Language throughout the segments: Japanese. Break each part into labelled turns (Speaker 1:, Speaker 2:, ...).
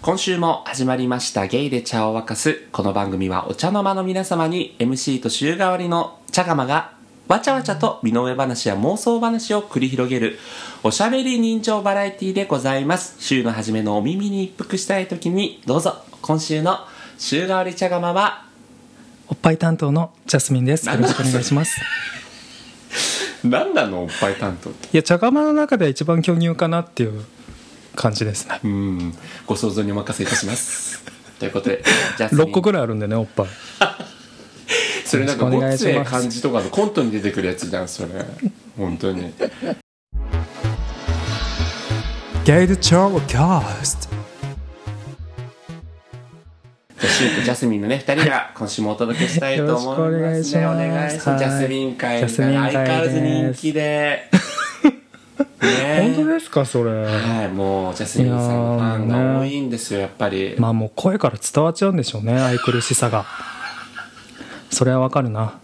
Speaker 1: 今週も始まりましたゲイで茶を沸かす。この番組はお茶の間の皆様に MC と週替わりの茶釜がわちゃわちゃと身の上話や妄想話を繰り広げるおしゃべり人情バラエティでございます。週の初めのお耳に一服したい時にどうぞ今週の週替わり茶釜は
Speaker 2: おっぱい担当のジャスミンです。よろしくお願いします。
Speaker 1: 何なのおっぱい担当って
Speaker 2: いや、茶釜の中では一番巨乳かなっていう感じですね。
Speaker 1: うんご想像にお任せいたしますという ことでじゃあ
Speaker 2: 6個ぐらいあるんでね、おっぱい。
Speaker 1: それなんか
Speaker 2: よ
Speaker 1: ご
Speaker 2: ろしくお願
Speaker 1: っ
Speaker 2: いし
Speaker 1: つえ
Speaker 2: ます
Speaker 1: 感じとかのコントに出てくるやつじゃんそれ本当に
Speaker 2: ゲイルチャーキャス
Speaker 1: じゃあシューとジャスミンのね2人が今週もお届けしたいと思います、ね、
Speaker 2: よろしくお願いします
Speaker 1: ジャスミン会が
Speaker 2: ジャスミン
Speaker 1: 相
Speaker 2: 会です
Speaker 1: 変わらず人気 でね
Speaker 2: 本当ですか、それ。
Speaker 1: はいもうジャスミンさんのファンが多いんですよやっぱり、
Speaker 2: まあもう声から伝わっちゃうんでしょうね、愛くるしさが。それはわかるな。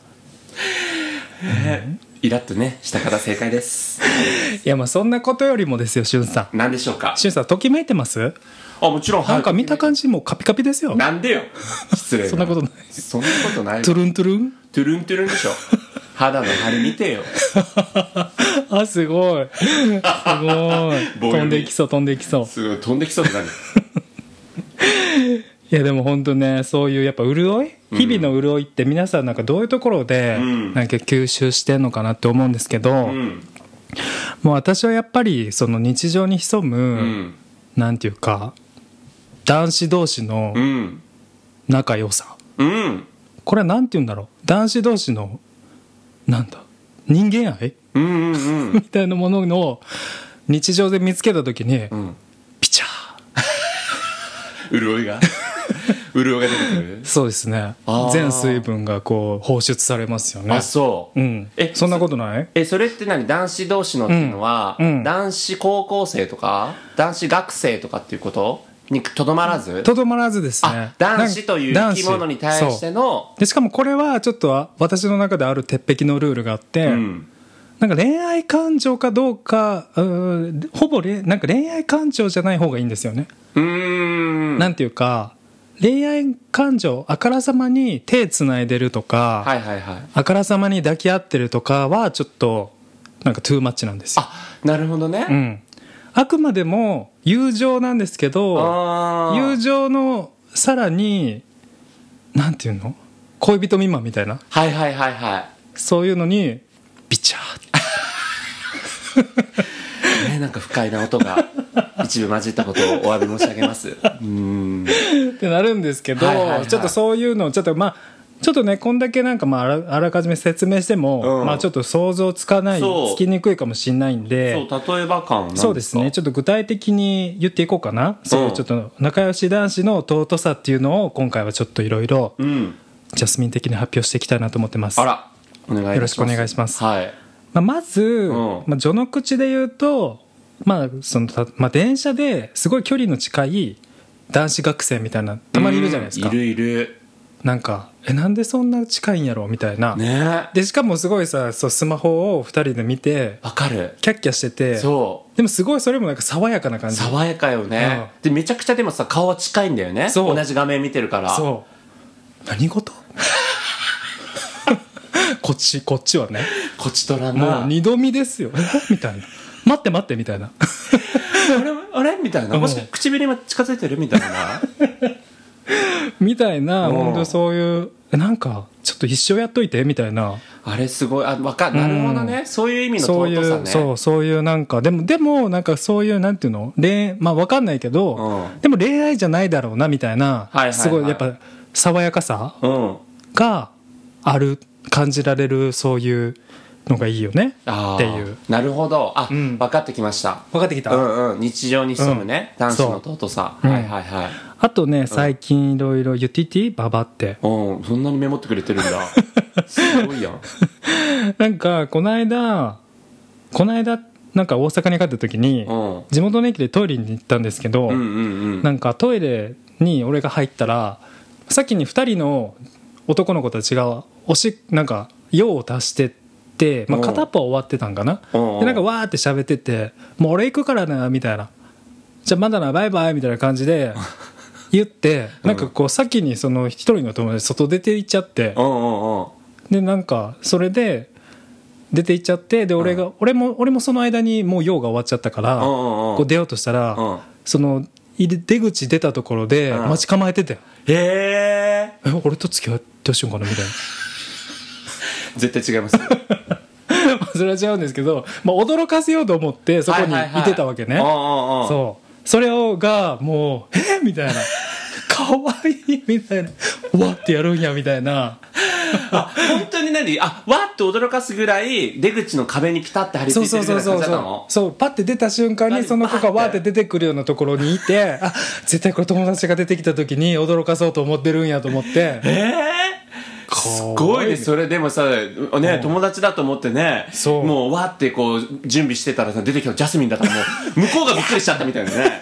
Speaker 1: イラッとねした方正解です
Speaker 2: いや、まあそんなことよりもですよ、しゅんさ
Speaker 1: 何でしょうか
Speaker 2: ん。しゅんさん、ときめいてます
Speaker 1: あもちろん
Speaker 2: なんか見た感じもうカピカピですよ。
Speaker 1: なんでよ失礼
Speaker 2: そんなことない
Speaker 1: そんなことないわ
Speaker 2: トゥルントゥルン
Speaker 1: トゥルントゥルンでしょ肌の張り見てよ
Speaker 2: あ、すごい。 す
Speaker 1: 棒
Speaker 2: ごい。
Speaker 1: 読み
Speaker 2: 飛んでいきそう、飛んでいきそう。
Speaker 1: すごい飛んできそうってなる
Speaker 2: いやでも本当ねそういうやっぱ潤い日々の潤いって皆さんなんかどういうところで
Speaker 1: ん
Speaker 2: なんか吸収してんのかなって思うんですけど、
Speaker 1: うん
Speaker 2: もう私はやっぱりその日常に潜む、
Speaker 1: うん
Speaker 2: なんていうか男子同士の
Speaker 1: うん
Speaker 2: 仲良さ
Speaker 1: うん
Speaker 2: これはなんて言うんだろう男子同士のなんだ人間愛
Speaker 1: うんうんうん
Speaker 2: みたいなものを日常で見つけた時に、
Speaker 1: うん
Speaker 2: ピチャー
Speaker 1: 潤いが 潤いが出てくる
Speaker 2: そうですね
Speaker 1: あー
Speaker 2: 全水分がこう放出されますよね
Speaker 1: あそう、
Speaker 2: うん、
Speaker 1: え
Speaker 2: そんなことない
Speaker 1: えそれって何男子同士のっていうのは、
Speaker 2: うんうん
Speaker 1: 男子高校生とか男子学生とかっていうことにとどまらず、
Speaker 2: とどまらずですね
Speaker 1: あ男子という生き物に対して
Speaker 2: そう
Speaker 1: の
Speaker 2: でしかもこれはちょっとあ私の中である鉄壁のルールがあって、
Speaker 1: うん
Speaker 2: なんか恋愛感情かどうかうーほぼれなんか恋愛感情じゃない方がいいんですよね、
Speaker 1: うーん
Speaker 2: なんていうか恋愛感情あからさまに手つないでるとか、
Speaker 1: はいはいはい
Speaker 2: あからさまに抱き合ってるとかはちょっとなんかトゥーマッチなんですよ、
Speaker 1: あなるほどね、
Speaker 2: うん、あくまでも友情なんですけど
Speaker 1: ああ
Speaker 2: 友情のさらになんていうの恋人未満みたいな
Speaker 1: はいはいはいはい
Speaker 2: そういうのにビチャーって
Speaker 1: ね、なんか不快な音 が一部混じったことをお詫び申し上げます。うーん。
Speaker 2: ってなるんですけど、
Speaker 1: はいはいはい
Speaker 2: ちょっとそういうのをちょっとまあちょっとねこんだけなんかまああらあらかじめ説明しても、
Speaker 1: うん
Speaker 2: まあちょっと想像つかない
Speaker 1: そう
Speaker 2: つきにくいかもしれないんで
Speaker 1: そう、例えば感なんか
Speaker 2: そうですね。ちょっと具体的に言っていこうかな、そういうちょっと仲良し男子の尊さっていうのを今回はちょっといろいろ
Speaker 1: うん。
Speaker 2: ジャスミン的に発表していきたいなと思ってます
Speaker 1: あら、お願いいたします。
Speaker 2: よろしくお願いします
Speaker 1: はい。
Speaker 2: まあ、まず、
Speaker 1: ん
Speaker 2: まあ、序の口で言うと、まあそのたまあ、電車ですごい距離の近い男子学生みたいなたまにいるじゃないですか
Speaker 1: うんいるいる。
Speaker 2: なんかえなんでそんな近いんやろみたいな、
Speaker 1: ね
Speaker 2: でしかもすごいさそうスマホを2人で見て
Speaker 1: わかる。
Speaker 2: キャッキャしてて
Speaker 1: そ
Speaker 2: でもすごいそれもなんか爽やかな感
Speaker 1: う。
Speaker 2: じ
Speaker 1: 爽やかよね。で、めちゃくちゃでもさ、顔は近いんだよね。
Speaker 2: そう
Speaker 1: 同じ画面見てるから。
Speaker 2: そう何事 こっちこっちはね
Speaker 1: こちとら
Speaker 2: もう
Speaker 1: な。
Speaker 2: 二度見ですよ みたいな待って待ってみたいな
Speaker 1: あれあれみたいな。
Speaker 2: うん
Speaker 1: もしかして唇今近づいてるみ たいな。
Speaker 2: みたいな、
Speaker 1: うん
Speaker 2: 本当そういう、えなんか、ちょっと一生やっといて、みたいな、
Speaker 1: あれすごい。あ、わかなるほどね。そういう意味の
Speaker 2: そうい
Speaker 1: 尊さ
Speaker 2: う、
Speaker 1: ね。
Speaker 2: そう、そういうなんか、でも、でも、なんかそういう、なんていうの恋、まあわかんないけど、
Speaker 1: うん
Speaker 2: でも恋愛じゃないだろうな、みたいな、
Speaker 1: はいはいはい
Speaker 2: すごい、やっぱ、爽やかさ
Speaker 1: う。うん。
Speaker 2: がある、感じられる、そういうのがいいよね、
Speaker 1: あー
Speaker 2: っていう。
Speaker 1: なるほどあ、
Speaker 2: うん
Speaker 1: 分かってきました
Speaker 2: 分かってきた、
Speaker 1: うんうん日常に潜むね、
Speaker 2: うん
Speaker 1: 男子の尊さ、
Speaker 2: そう
Speaker 1: はいはいはい
Speaker 2: あとね、最近いろいろ、ユティティババって、
Speaker 1: うんそんなにメモってくれてるんだすごいやん
Speaker 2: なんか、この間、この間、なんか大阪に帰った時に、
Speaker 1: うん
Speaker 2: 地元の駅でトイレに行ったんですけど、
Speaker 1: うんうんうん
Speaker 2: なんかトイレに俺が入ったら先に2人の男の子たちがおしなんか用を足してって、まあ、
Speaker 1: うん
Speaker 2: 片っぽは終わってたんかな、
Speaker 1: うんうん
Speaker 2: でなんかわーっ て喋ってて「もう俺行くからな」みたいな「じゃあまだなバイバイ」みたいな感じで言って
Speaker 1: うん
Speaker 2: なんかこう先にその一人の友達外出て行っちゃって
Speaker 1: うんうんうん
Speaker 2: でなんかそれで出て行っちゃってで俺が俺も俺もその間にもう用が終わっちゃったから
Speaker 1: うんうんうん
Speaker 2: こう出ようとしたら
Speaker 1: うん
Speaker 2: その入り出口出たところで
Speaker 1: うん
Speaker 2: 待ち構えてて
Speaker 1: へえ
Speaker 2: え俺と付き合ってほしいんかなみたいな
Speaker 1: 絶対違います
Speaker 2: それは違うんですけどまあ驚かせようと思って そこにいてたわけね
Speaker 1: はいはいはいうんうんうん
Speaker 2: そうそれをがもう「えみたいな 「かわいい」みたいな「うわ」ってやるんやみたいな
Speaker 1: あ本当に何あわって驚かすぐらい出口の壁にピタッて張り
Speaker 2: そう
Speaker 1: 付いて
Speaker 2: そう
Speaker 1: るぐ
Speaker 2: そう
Speaker 1: らいの
Speaker 2: そ
Speaker 1: 感じ
Speaker 2: う
Speaker 1: だった
Speaker 2: そ
Speaker 1: の
Speaker 2: うそうパッて出た瞬間にその子がわーって出てくるようなところにい てあ絶対これ友達が出てきた時に驚かそうと思ってるんやと思 って
Speaker 1: えー、すごいねそれでもさ、ね、友達だと思ってね
Speaker 2: そう
Speaker 1: もうわってこう準備してたらさ出てきたジャスミンだったらもう向こうがびっくりしちゃったみたいなね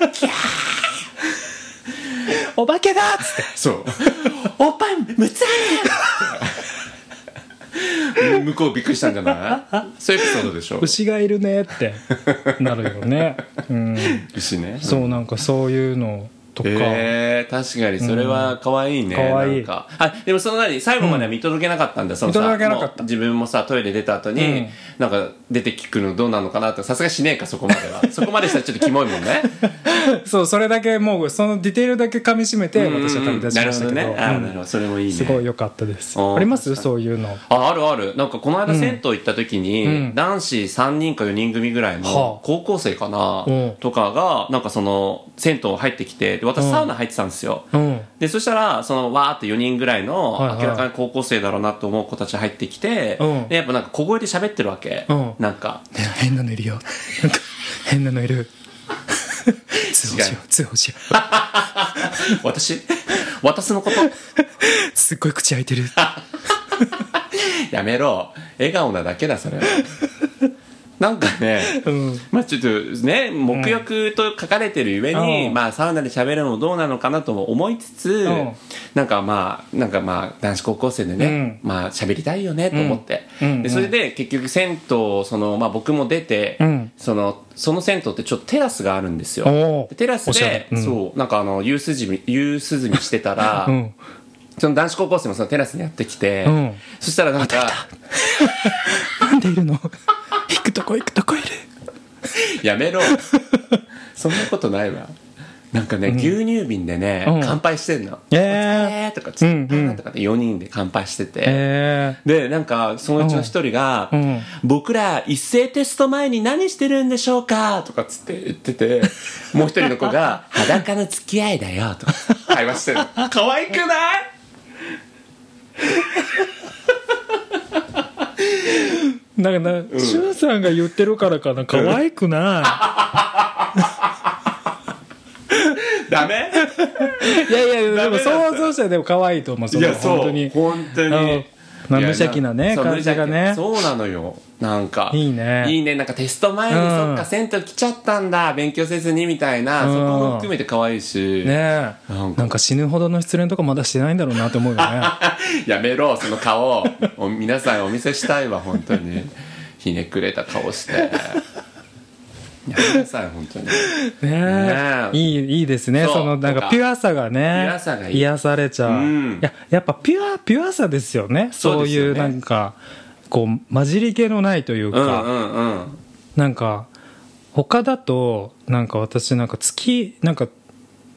Speaker 2: お化けだっつって
Speaker 1: そう「おっぱいむつあ る!」向こうびっくりしたんじゃないそういうエピソードでしょ
Speaker 2: 牛がいるねってなるよねうん
Speaker 1: 牛ね
Speaker 2: そうなんかそういうのとか、
Speaker 1: えー、確かにそれは可愛いね、
Speaker 2: 可愛い
Speaker 1: なんかあでもその何最後までは見届けなかったんだ、そのさ
Speaker 2: 見届けなかっ
Speaker 1: もう
Speaker 2: た
Speaker 1: 自分もさトイレ出た後に、
Speaker 2: うん
Speaker 1: なんか出てくるのどうなのかなってさすがしねえかそこまではそこまでしたらちょっとキモいもん ね
Speaker 2: そうそれだけもうそのディテールだけかみしめて私は旅立
Speaker 1: な
Speaker 2: ち
Speaker 1: る
Speaker 2: ま
Speaker 1: ほ
Speaker 2: した
Speaker 1: ど
Speaker 2: け
Speaker 1: ね
Speaker 2: ど、
Speaker 1: あ
Speaker 2: う
Speaker 1: ー
Speaker 2: ん
Speaker 1: なるほどそれもいいね
Speaker 2: すごい良かったです
Speaker 1: あー
Speaker 2: あります
Speaker 1: 確かに
Speaker 2: そういうの
Speaker 1: ああるあるなんかこの間銭湯行った時に、
Speaker 2: うん
Speaker 1: 男子3人か4人組ぐらい
Speaker 2: は
Speaker 1: の
Speaker 2: あ
Speaker 1: 高校生かな、
Speaker 2: うん
Speaker 1: とかがなんかその銭湯入ってきてで私
Speaker 2: うん
Speaker 1: サウナ入ってたんですよ、
Speaker 2: うん
Speaker 1: でそしたらそのわーって4人ぐらいの
Speaker 2: はいはい
Speaker 1: 明らかに高校生だろうなと思う子たち入ってきて、
Speaker 2: うん
Speaker 1: でやっぱなんか小声で喋ってるわけ、
Speaker 2: うん
Speaker 1: なんか
Speaker 2: ね変なのいるよなんか変なのいる通報しよう通報しよ
Speaker 1: 「私私のこと
Speaker 2: うすっごい口開いてる
Speaker 1: やめろ笑顔なだけだそれは」なんかね
Speaker 2: うん
Speaker 1: まあちょっとね目浴と書かれてるゆえに、
Speaker 2: うん
Speaker 1: まあサウナで喋るのもどうなのかなとも思いつつ、
Speaker 2: ん
Speaker 1: なんかまあなんかまあ男子高校生でね、まあ喋りたいよねと思って、
Speaker 2: うんうん
Speaker 1: でそれで結局銭湯そのまあ僕も出て、
Speaker 2: うん
Speaker 1: そのその銭湯ってちょっとテラスがあるんですよ
Speaker 2: おー
Speaker 1: でテラス
Speaker 2: おしゃれ
Speaker 1: で、
Speaker 2: うん
Speaker 1: そうなんかあの夕涼み夕涼みしてたら、
Speaker 2: うん
Speaker 1: その男子高校生もそのテラスにやってきて、
Speaker 2: うん
Speaker 1: そしたらなんか
Speaker 2: なんでいるの行くとこ行くとこいる
Speaker 1: やめろ そんなことないわなんかね、牛乳瓶でね、
Speaker 2: うん
Speaker 1: 乾杯してんの「
Speaker 2: えー
Speaker 1: えー」とかつって「
Speaker 2: うんうん
Speaker 1: あーとかって4人で乾杯してて、
Speaker 2: え
Speaker 1: でなんかそのうちの一人が、
Speaker 2: うん
Speaker 1: 僕ら一斉テスト前に何してるんでしょうか?」とかつって言っててもう一人の子 が「裸の付き合いだよ」とか会話してるの可愛くない
Speaker 2: ー、なんかな、しゅんさんが言ってるからかな可愛くな
Speaker 1: ダメ
Speaker 2: い、いやいや
Speaker 1: ダ
Speaker 2: で
Speaker 1: メ
Speaker 2: も
Speaker 1: だった
Speaker 2: 想像したらでも可愛いと思う
Speaker 1: い
Speaker 2: の
Speaker 1: やそう
Speaker 2: 本当に
Speaker 1: 本当に
Speaker 2: うんまあ
Speaker 1: いや
Speaker 2: 無邪気なね
Speaker 1: そう
Speaker 2: 感じがね
Speaker 1: 無邪気そうなのよなんか
Speaker 2: いいね
Speaker 1: いいねなんかテスト前に、
Speaker 2: うん
Speaker 1: そっか銭湯来ちゃったんだ勉強せずにみたいな、
Speaker 2: うん
Speaker 1: そこも含めて可愛いし、
Speaker 2: ねえ
Speaker 1: なんか
Speaker 2: なんか死ぬほどの失恋とかまだしてないんだろうなと思う よね
Speaker 1: やめろその顔お皆さんお見せしたいわ本当にひねくれた顔 してやめなさい本当にね
Speaker 2: ね
Speaker 1: え
Speaker 2: えいいいいですね
Speaker 1: そう
Speaker 2: そのなん
Speaker 1: と
Speaker 2: か
Speaker 1: か
Speaker 2: ピュアさがね
Speaker 1: ピュアさがいい
Speaker 2: 癒されちゃう、
Speaker 1: うん
Speaker 2: いややっぱピュアピュアさですよねそう
Speaker 1: そうです
Speaker 2: い
Speaker 1: よ
Speaker 2: う
Speaker 1: ね
Speaker 2: なんかこう混じり気のないとい
Speaker 1: うん
Speaker 2: う
Speaker 1: う
Speaker 2: か、
Speaker 1: んうん
Speaker 2: なんか他だとなんか私なんか月なんか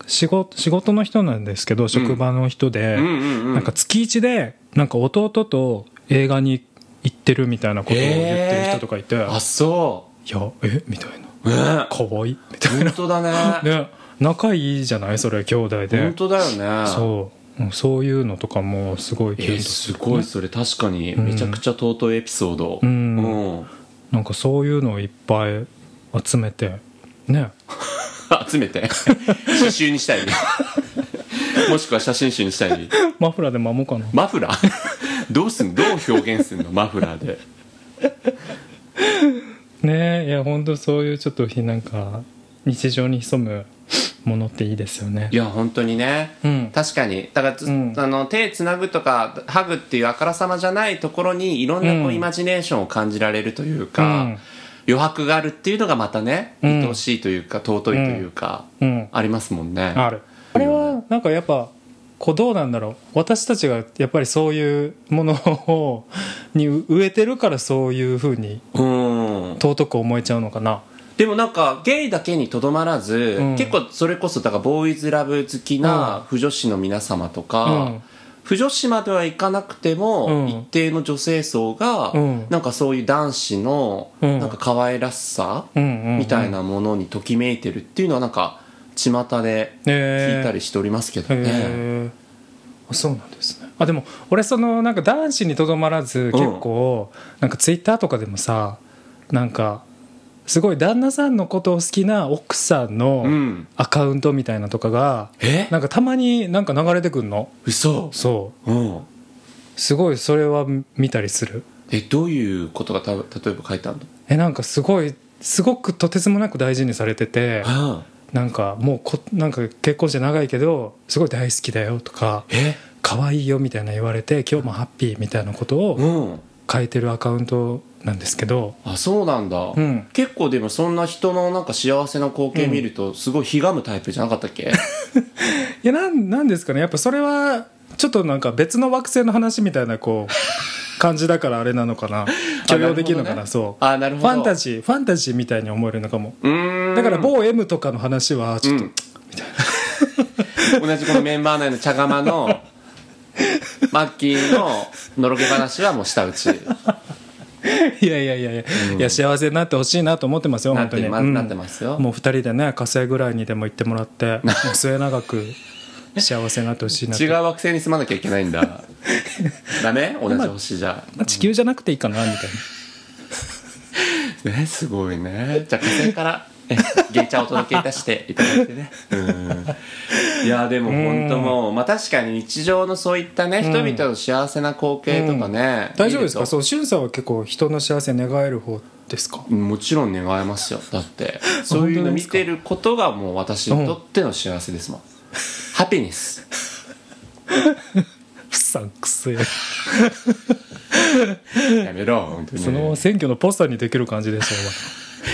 Speaker 2: 仕事仕事の人なんですけど職場の人で、
Speaker 1: うんうんうん
Speaker 2: なんか月一でなんか弟と映画に行ってるみたいなことを言ってる人とかいて、
Speaker 1: あそ
Speaker 2: いやえみたいな
Speaker 1: うね
Speaker 2: 可愛いみたいな
Speaker 1: 本当だね
Speaker 2: ね仲いいじゃないそれ兄弟
Speaker 1: 本
Speaker 2: で
Speaker 1: 当だよね
Speaker 2: そううんそういうのとかもすごいキュン
Speaker 1: え
Speaker 2: と
Speaker 1: すごいそれ確かにめちゃくちゃ尊いエピソード
Speaker 2: うん
Speaker 1: ん
Speaker 2: なんかそういうのをいっぱい集めて ね
Speaker 1: 集めて刺繍に したいもしくは写真集にしたい
Speaker 2: マフラーで守ろうかな
Speaker 1: マフラー どうすんどう表現すんのマフラーで
Speaker 2: ねいや本当そういうちょっとひなんか日常に潜むものっていいですよね
Speaker 1: いや本当にね、
Speaker 2: うん
Speaker 1: 確かにだからつ、
Speaker 2: うん
Speaker 1: あの手つなぐとかハグっていうあからさまじゃないところにいろんなこう、
Speaker 2: うん
Speaker 1: イマジネーションを感じられるというか、
Speaker 2: うん
Speaker 1: 余白があるっていうのがまたね
Speaker 2: うん
Speaker 1: 愛おしいというか尊いというか、
Speaker 2: うん
Speaker 1: ありますもんね
Speaker 2: あるあれはなんかやっぱこうどうなんだろう私たちがやっぱりそういうものをに植えてるからそういうふうに
Speaker 1: うん
Speaker 2: 尊く思えちゃうのかな
Speaker 1: でもなんかゲイだけにとどまらず、
Speaker 2: うん
Speaker 1: 結構それこそだからボーイズラブ好き
Speaker 2: うん
Speaker 1: な腐女子の皆様とか、
Speaker 2: うん
Speaker 1: 腐女子まではいかなくても、
Speaker 2: うん
Speaker 1: 一定の女性層が、
Speaker 2: うん
Speaker 1: なんかそういう男子の、
Speaker 2: うん
Speaker 1: なんか可愛らしさ
Speaker 2: うんうんうん
Speaker 1: みたいなものにときめいてるっていうのはなんか巷で聞いたりしておりますけどね、
Speaker 2: へえそうなんですねあでも俺そのなんか男子にとどまらず結構、なんかツイッターとかでもさなんかすごい旦那さんのことを好きな奥さん
Speaker 1: う
Speaker 2: の
Speaker 1: ん
Speaker 2: アカウントみたいなとかが、
Speaker 1: え
Speaker 2: なんかたまになんか流れてくんの
Speaker 1: 嘘
Speaker 2: そ
Speaker 1: うん
Speaker 2: うすごいそれは見たりする
Speaker 1: えどういうことがた例えば書いてあるの
Speaker 2: えなんかすごいすごくとてつもなく大事にされてて
Speaker 1: ああ
Speaker 2: なんかもうこなんか結婚して長いけどすごい大好きだよとか
Speaker 1: え
Speaker 2: 可愛いよみたいな言われて今日もハッピーみたいなこと
Speaker 1: う
Speaker 2: を
Speaker 1: ん
Speaker 2: 書いてるアカウントなんですけど、
Speaker 1: あそうなんだ、
Speaker 2: うん、
Speaker 1: 結構でもそんな人のなんか幸せな光景見るとすごいひがむタイプじゃなかったっけ、
Speaker 2: いやなんなんですかねやっぱそれはちょっとなんか別の惑星の話みたいなこう感じだからあれなのか な許容できるのか
Speaker 1: あなるほど
Speaker 2: な
Speaker 1: ね
Speaker 2: そう
Speaker 1: あなるほ
Speaker 2: フ
Speaker 1: ど
Speaker 2: ァンタ
Speaker 1: ジ
Speaker 2: ジーファンタジーみたいに思えるのかも
Speaker 1: うーん
Speaker 2: だから某 M とかの話はちょっと、
Speaker 1: うん同じこのメンバー内の茶釜 のマッキーののろけ話はもう舌打ち
Speaker 2: いやいやいやいや、いや幸せになってほしいなと思ってますよ
Speaker 1: な
Speaker 2: 本
Speaker 1: っ
Speaker 2: 当に
Speaker 1: て,、ま
Speaker 2: うん
Speaker 1: なってますよ
Speaker 2: もう2人でね火星ぐらいにでも行っても らってもう末永く幸せになってほしいなと
Speaker 1: 違う惑星に住まなきゃいけないん だダメ同じ星じゃ
Speaker 2: まあ地球じゃなくていいかなみたいな
Speaker 1: ねすごいねじゃあ火星からえゲイチャをお届けいたしていただいてねうんいやでも本当もうまあ確かに日常のそういったね人々の幸せな光景とかね、
Speaker 2: 大丈夫です
Speaker 1: 見
Speaker 2: か
Speaker 1: ると
Speaker 2: そうしゅんさんは結構人の幸せ願える方ですか
Speaker 1: もちろん願いますよだって そういうの見てることがもう私にとっての幸せ ですもん、ハピネス
Speaker 2: ふさんくせえ
Speaker 1: やめろ本当に
Speaker 2: その選挙のポスターにできる感じでしょ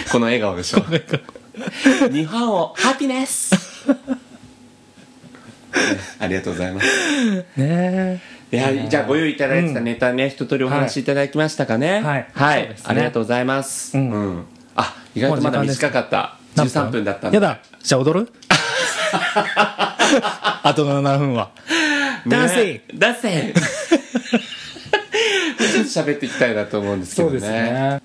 Speaker 1: この笑顔でし ょ日本をハピネ スねありがとうございます
Speaker 2: お前ね
Speaker 1: いや、じゃあご用意いただいてたネタね、一通りお話しいただきましたかね。
Speaker 2: はい
Speaker 1: は
Speaker 2: そう
Speaker 1: い
Speaker 2: で。すね
Speaker 1: ありがとうございます。
Speaker 2: うん
Speaker 1: うん。あ、意外とまだ
Speaker 2: もう時間です
Speaker 1: 短かった。
Speaker 2: 何
Speaker 1: 13分だったん
Speaker 2: やだじゃ あ踊るあと7分はダンシング
Speaker 1: ダンシングちょっと喋っていきたいなと思うんですけどね。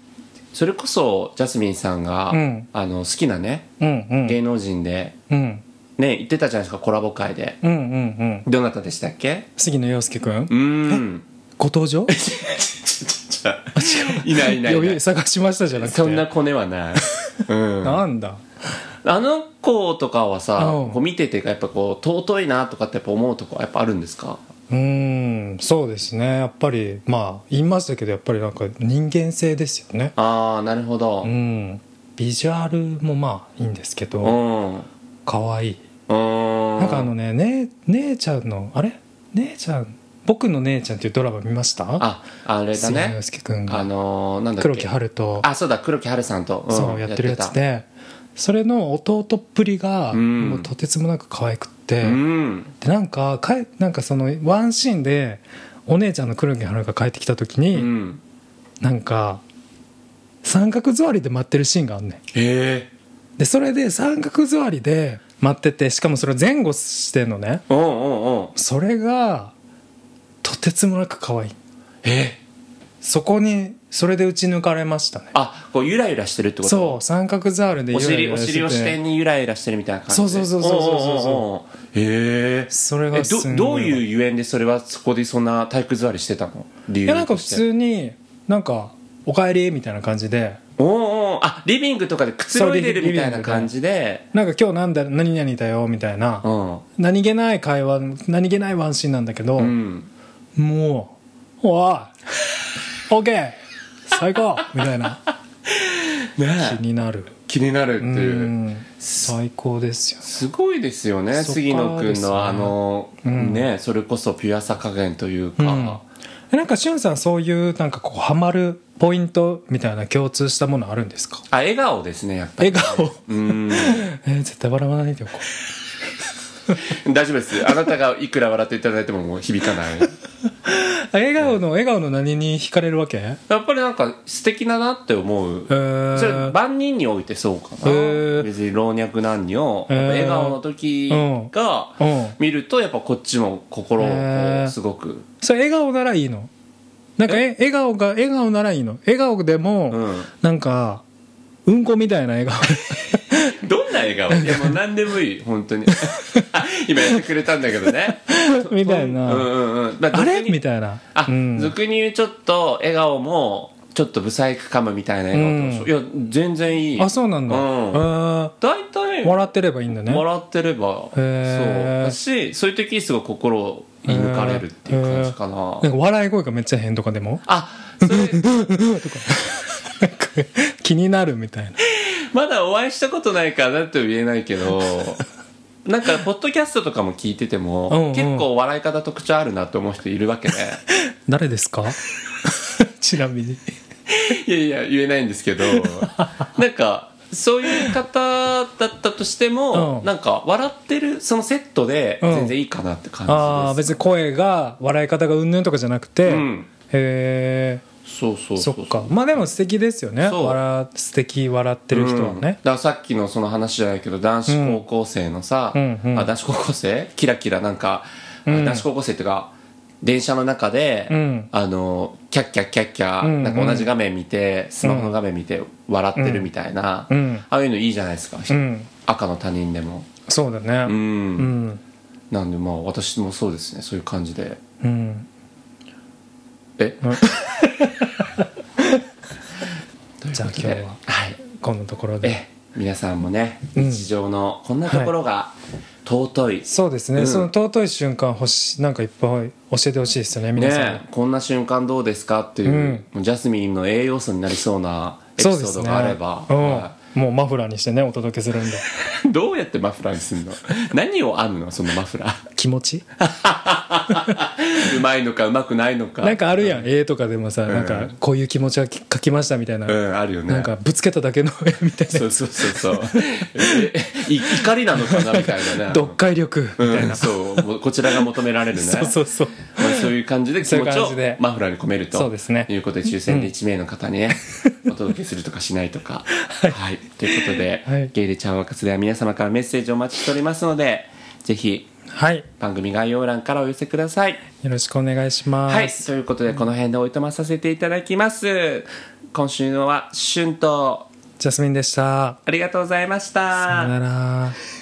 Speaker 1: それこそ、ジャスミンさんが、
Speaker 2: うん
Speaker 1: あの、好きなね、
Speaker 2: うんうん
Speaker 1: 芸能人で、
Speaker 2: うん
Speaker 1: ね、言ってたじゃないですか、コラボ会で。
Speaker 2: うんうんうん
Speaker 1: どなたでしたっけ
Speaker 2: 杉野遥介くん
Speaker 1: うーん。
Speaker 2: ご登 場
Speaker 1: ちょいないいないい
Speaker 2: 余
Speaker 1: な
Speaker 2: 裕
Speaker 1: い。
Speaker 2: 探しましたじゃなくて
Speaker 1: そんなコネは ない。うん。
Speaker 2: なんだ
Speaker 1: あの子とかはさ、
Speaker 2: うん
Speaker 1: こう見ててやっぱこう尊いなとかってやっぱ思うとこやっぱあるんですか
Speaker 2: うーんそうですねやっぱりまあ言いましたけどやっぱりなんか人間性ですよね
Speaker 1: ああなるほど
Speaker 2: う
Speaker 1: うん
Speaker 2: んビジュアルもまあいいんですけ
Speaker 1: う
Speaker 2: ど
Speaker 1: ん
Speaker 2: 可愛いな
Speaker 1: なん
Speaker 2: かあのねね姉ちゃんのあれ姉ちゃん僕の姉ちゃんっていうドラマ見ました
Speaker 1: ああれだ
Speaker 2: 杉野
Speaker 1: ね
Speaker 2: 遥介くん
Speaker 1: あ
Speaker 2: が
Speaker 1: のー、なんだっけ
Speaker 2: 黒木華と
Speaker 1: あそうだ黒木華さんと、ん
Speaker 2: そうやってるやつ
Speaker 1: や
Speaker 2: でそれの弟っぷりが
Speaker 1: うん
Speaker 2: もうとてつもなく可愛くっ
Speaker 1: っててたうん
Speaker 2: でなんかかえなんかそのワンシーンでお姉ちゃんの黒木華が帰ってきた時に、
Speaker 1: うん
Speaker 2: なんか三角座りで待ってるシーンがあんね
Speaker 1: へえ
Speaker 2: んでそれで三角座りで待っててしかもそれ前後してんのね
Speaker 1: うんうんうん
Speaker 2: それがとてつもなく可愛い
Speaker 1: え
Speaker 2: そこにそれで打ち抜かれましたね
Speaker 1: あこうゆらゆらしてるってこと
Speaker 2: そう三角座りで
Speaker 1: お尻
Speaker 2: ゆ
Speaker 1: お
Speaker 2: らゆらして
Speaker 1: 尻
Speaker 2: て
Speaker 1: を支点にゆらゆらしてるみたいな感じ
Speaker 2: そうそうそうそうそうそうそう
Speaker 1: う
Speaker 2: ん
Speaker 1: んうんうんへえ
Speaker 2: それ
Speaker 1: え
Speaker 2: がすんご
Speaker 1: ど
Speaker 2: い
Speaker 1: どういうゆえんでそれはそこでそんな体育座りしてたの理
Speaker 2: い
Speaker 1: 由
Speaker 2: やなんか
Speaker 1: と
Speaker 2: 普
Speaker 1: して
Speaker 2: 通になんか「おかえり」みたいな感じで
Speaker 1: おうおうあリビングとかでくつろいでるみたいな感じで
Speaker 2: 「なんか今日なんだ何々だよ」みたいな
Speaker 1: うん
Speaker 2: 何気ない会話何気ないワンシーンなんだけど、
Speaker 1: うん
Speaker 2: もう「おい OK 最高!」みたいな
Speaker 1: ね
Speaker 2: 気になる
Speaker 1: 気になるって
Speaker 2: う
Speaker 1: いうん
Speaker 2: 最高ですよ
Speaker 1: すごいですよね
Speaker 2: そっから
Speaker 1: 杉野君
Speaker 2: ですね
Speaker 1: のあの
Speaker 2: うん
Speaker 1: ねそれこそピュアさ加減という
Speaker 2: うん
Speaker 1: か、
Speaker 2: えなんかしゅんさんそういうなんかこうハマるポイントみたいな共通したものあるんですか
Speaker 1: あ笑顔ですねやっぱり
Speaker 2: 笑顔
Speaker 1: うん
Speaker 2: えー絶対笑わないでおこう
Speaker 1: 大丈夫ですあなたがいくら笑っていただいてももう響か ない
Speaker 2: あ笑顔の、笑顔の何に惹かれるわけへ
Speaker 1: やっぱりなんか素敵だなって思う
Speaker 2: ー
Speaker 1: それ万人においてそうか
Speaker 2: へ
Speaker 1: な
Speaker 2: ー
Speaker 1: 別に老若男女
Speaker 2: へー
Speaker 1: やっぱ笑顔の時が
Speaker 2: うん
Speaker 1: 見るとやっぱこっちも心をこう
Speaker 2: へー
Speaker 1: すごく
Speaker 2: それ笑顔ならいいのなんかえ笑顔が笑顔ならいいの笑顔でも、
Speaker 1: うん
Speaker 2: なんかうんこみたいな笑顔
Speaker 1: どんな笑顔いやもう何でもいい本 当に今やってくれたんだけどね
Speaker 2: みたいな、
Speaker 1: うんうんうんま
Speaker 2: あれ
Speaker 1: 俗に
Speaker 2: みたいな
Speaker 1: あ、
Speaker 2: うん、
Speaker 1: 俗に言うちょっと笑顔もちょっとブサイクかむみたいな笑顔と、いや全然いい
Speaker 2: あそうなんだ、
Speaker 1: うん
Speaker 2: へ
Speaker 1: 大体
Speaker 2: え笑ってればいいんだね
Speaker 1: 笑ってればそう
Speaker 2: へー
Speaker 1: だしそういう時にすごい心を射抜かれるっていう感じかな
Speaker 2: なんか笑い声がめっちゃ変とかでも
Speaker 1: あそれ
Speaker 2: なんか気になるみたいな
Speaker 1: まだお会いしたことないからなんとも言えないけどなんかポッドキャストとかも聞いてても、
Speaker 2: うんうん
Speaker 1: 結構笑い方特徴あるなと思う人いるわけで
Speaker 2: 誰ですか ちなみに
Speaker 1: いやいや言えないんですけ どなんかそういう方だったとしても、
Speaker 2: うん
Speaker 1: なんか笑ってるそのセットで
Speaker 2: うん
Speaker 1: 全然いいかなって感じです、
Speaker 2: ああ別に声が笑い方がうんぬんとかじゃなくて、
Speaker 1: うん
Speaker 2: へえ
Speaker 1: そうそう
Speaker 2: そ
Speaker 1: そう
Speaker 2: っかまあでも素敵ですよね
Speaker 1: そう
Speaker 2: 笑素敵笑ってる人は
Speaker 1: うんだ
Speaker 2: ね、
Speaker 1: からさっきのその話じゃないけど男子高校生のさ、
Speaker 2: うんうんうん
Speaker 1: あ男子高校生キラキラなんか、
Speaker 2: ん
Speaker 1: 男子高校生っていうか電車の中で、
Speaker 2: うん
Speaker 1: あのキャッキャッキャッキャ、
Speaker 2: うんうん
Speaker 1: なんか同じ画面見てスマホの画面見て笑ってるみたいな、
Speaker 2: うん
Speaker 1: ああいうのいいじゃないですか、
Speaker 2: うん
Speaker 1: 赤の他人でも
Speaker 2: そうだね
Speaker 1: うん、
Speaker 2: うん
Speaker 1: なんでまあ私もそうですねそういう感じで
Speaker 2: うん
Speaker 1: え
Speaker 2: じゃあ今日は
Speaker 1: はい
Speaker 2: このところで
Speaker 1: え皆さんもね
Speaker 2: うん
Speaker 1: 日常のこんなところが尊い、
Speaker 2: そうですね、
Speaker 1: うん
Speaker 2: その尊い瞬間欲しなんかいっぱい教えてほしいですよね皆さんに、
Speaker 1: ねえこんな瞬間どうですかっていう、もうジャスミンの栄養素になりそうなエピソ
Speaker 2: そうで
Speaker 1: ー
Speaker 2: す
Speaker 1: ド
Speaker 2: ね
Speaker 1: があれば、は
Speaker 2: うん、もうマフラーにしてねお届けするんで
Speaker 1: いどうやってマフラーにするの 何を編むのそのマフラー
Speaker 2: 気持ち
Speaker 1: うまいのかうまくないのか
Speaker 2: なんかあるやん絵とかでもさなんかこういう気持ちは書きましたみたいな、
Speaker 1: うんあるよね
Speaker 2: なんかぶつけただけの絵みたいな
Speaker 1: そうそうそうそうええい怒りなのかなみたいなね
Speaker 2: 読解力みたい
Speaker 1: うん、
Speaker 2: な、
Speaker 1: そうもうこちらが求められるね
Speaker 2: そうそうそう
Speaker 1: まあ、そういう感じで気
Speaker 2: そうい
Speaker 1: 持
Speaker 2: う
Speaker 1: ち
Speaker 2: 感
Speaker 1: を
Speaker 2: じで
Speaker 1: マフラーに込めると
Speaker 2: そうですね
Speaker 1: いうことで抽選で1名の方にね、お届けするとかしないと か。はい、ということで、
Speaker 2: はい
Speaker 1: ゲイでちゃんわかつでは皆様からメッセージをお待ちしておりますのでぜひ
Speaker 2: はい
Speaker 1: 番組概要欄からお寄せください。
Speaker 2: よろしくお願いします、
Speaker 1: はい、ということでこの辺でおいとまさせていただきます。今週のは春と
Speaker 2: ジャスミンでした
Speaker 1: ありがとうございました。
Speaker 2: さよなら